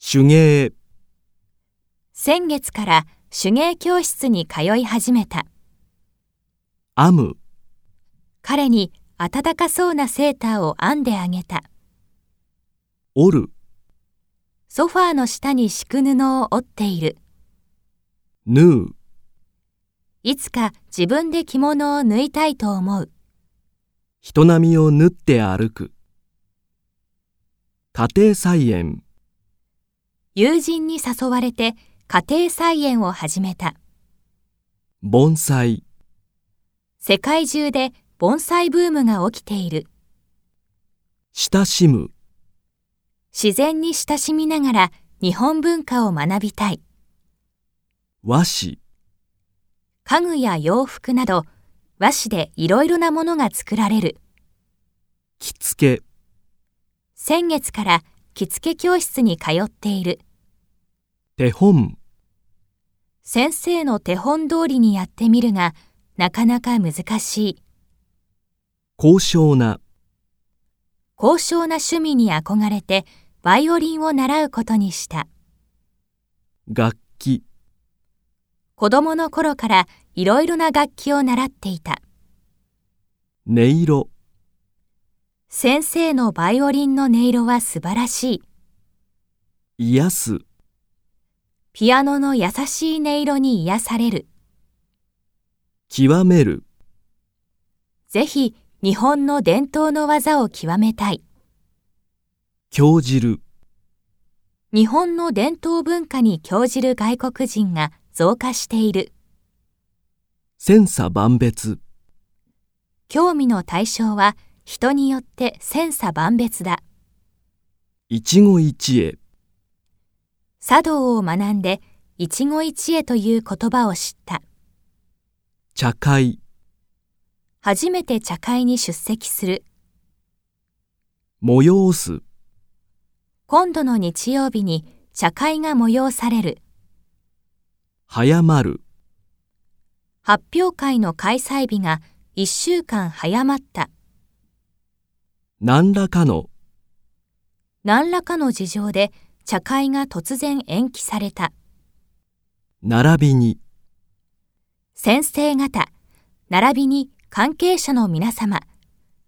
手芸、先月から手芸教室に通い始めた。編む、彼に暖かそうなセーターを編んであげた。折る、ソファーの下に敷く布を折っている。縫う、いつか自分で着物を縫いたいと思う。人並みを縫って歩く。家庭菜園、友人に誘われて家庭菜園を始めた。盆栽、世界中で盆栽ブームが起きている。親しむ、自然に親しみながら日本文化を学びたい。和紙、家具や洋服など和紙でいろいろなものが作られる。着付け、先月から着付け教室に通っている。手本、先生の手本通りにやってみるが、なかなか難しい。高尚な、高尚な趣味に憧れて、バイオリンを習うことにした。楽器、子供の頃からいろいろな楽器を習っていた。音色、先生のバイオリンの音色は素晴らしい。癒す、ピアノの優しい音色に癒される。極める、ぜひ、日本の伝統の技を極めたい。興じる、日本の伝統文化に興じる外国人が増加している。千差万別、興味の対象は人によって千差万別だ。一期一会、茶道を学んで一期一会という言葉を知った。茶会、初めて茶会に出席する。催す、今度の日曜日に茶会が催される。早まる、発表会の開催日が一週間早まった。何らかの、何らかの事情で茶会が突然延期された。並びに、先生方、並びに関係者の皆様、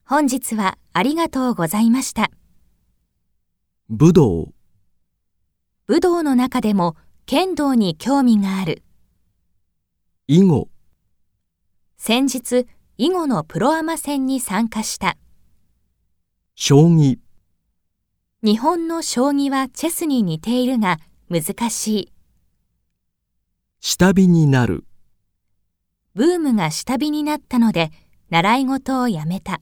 本日はありがとうございました。武道、武道の中でも剣道に興味がある。囲碁、先日、囲碁のプロアマ戦に参加した。将棋、日本の将棋はチェスに似ているが難しい。下火になる。ブームが下火になったので、習い事をやめた。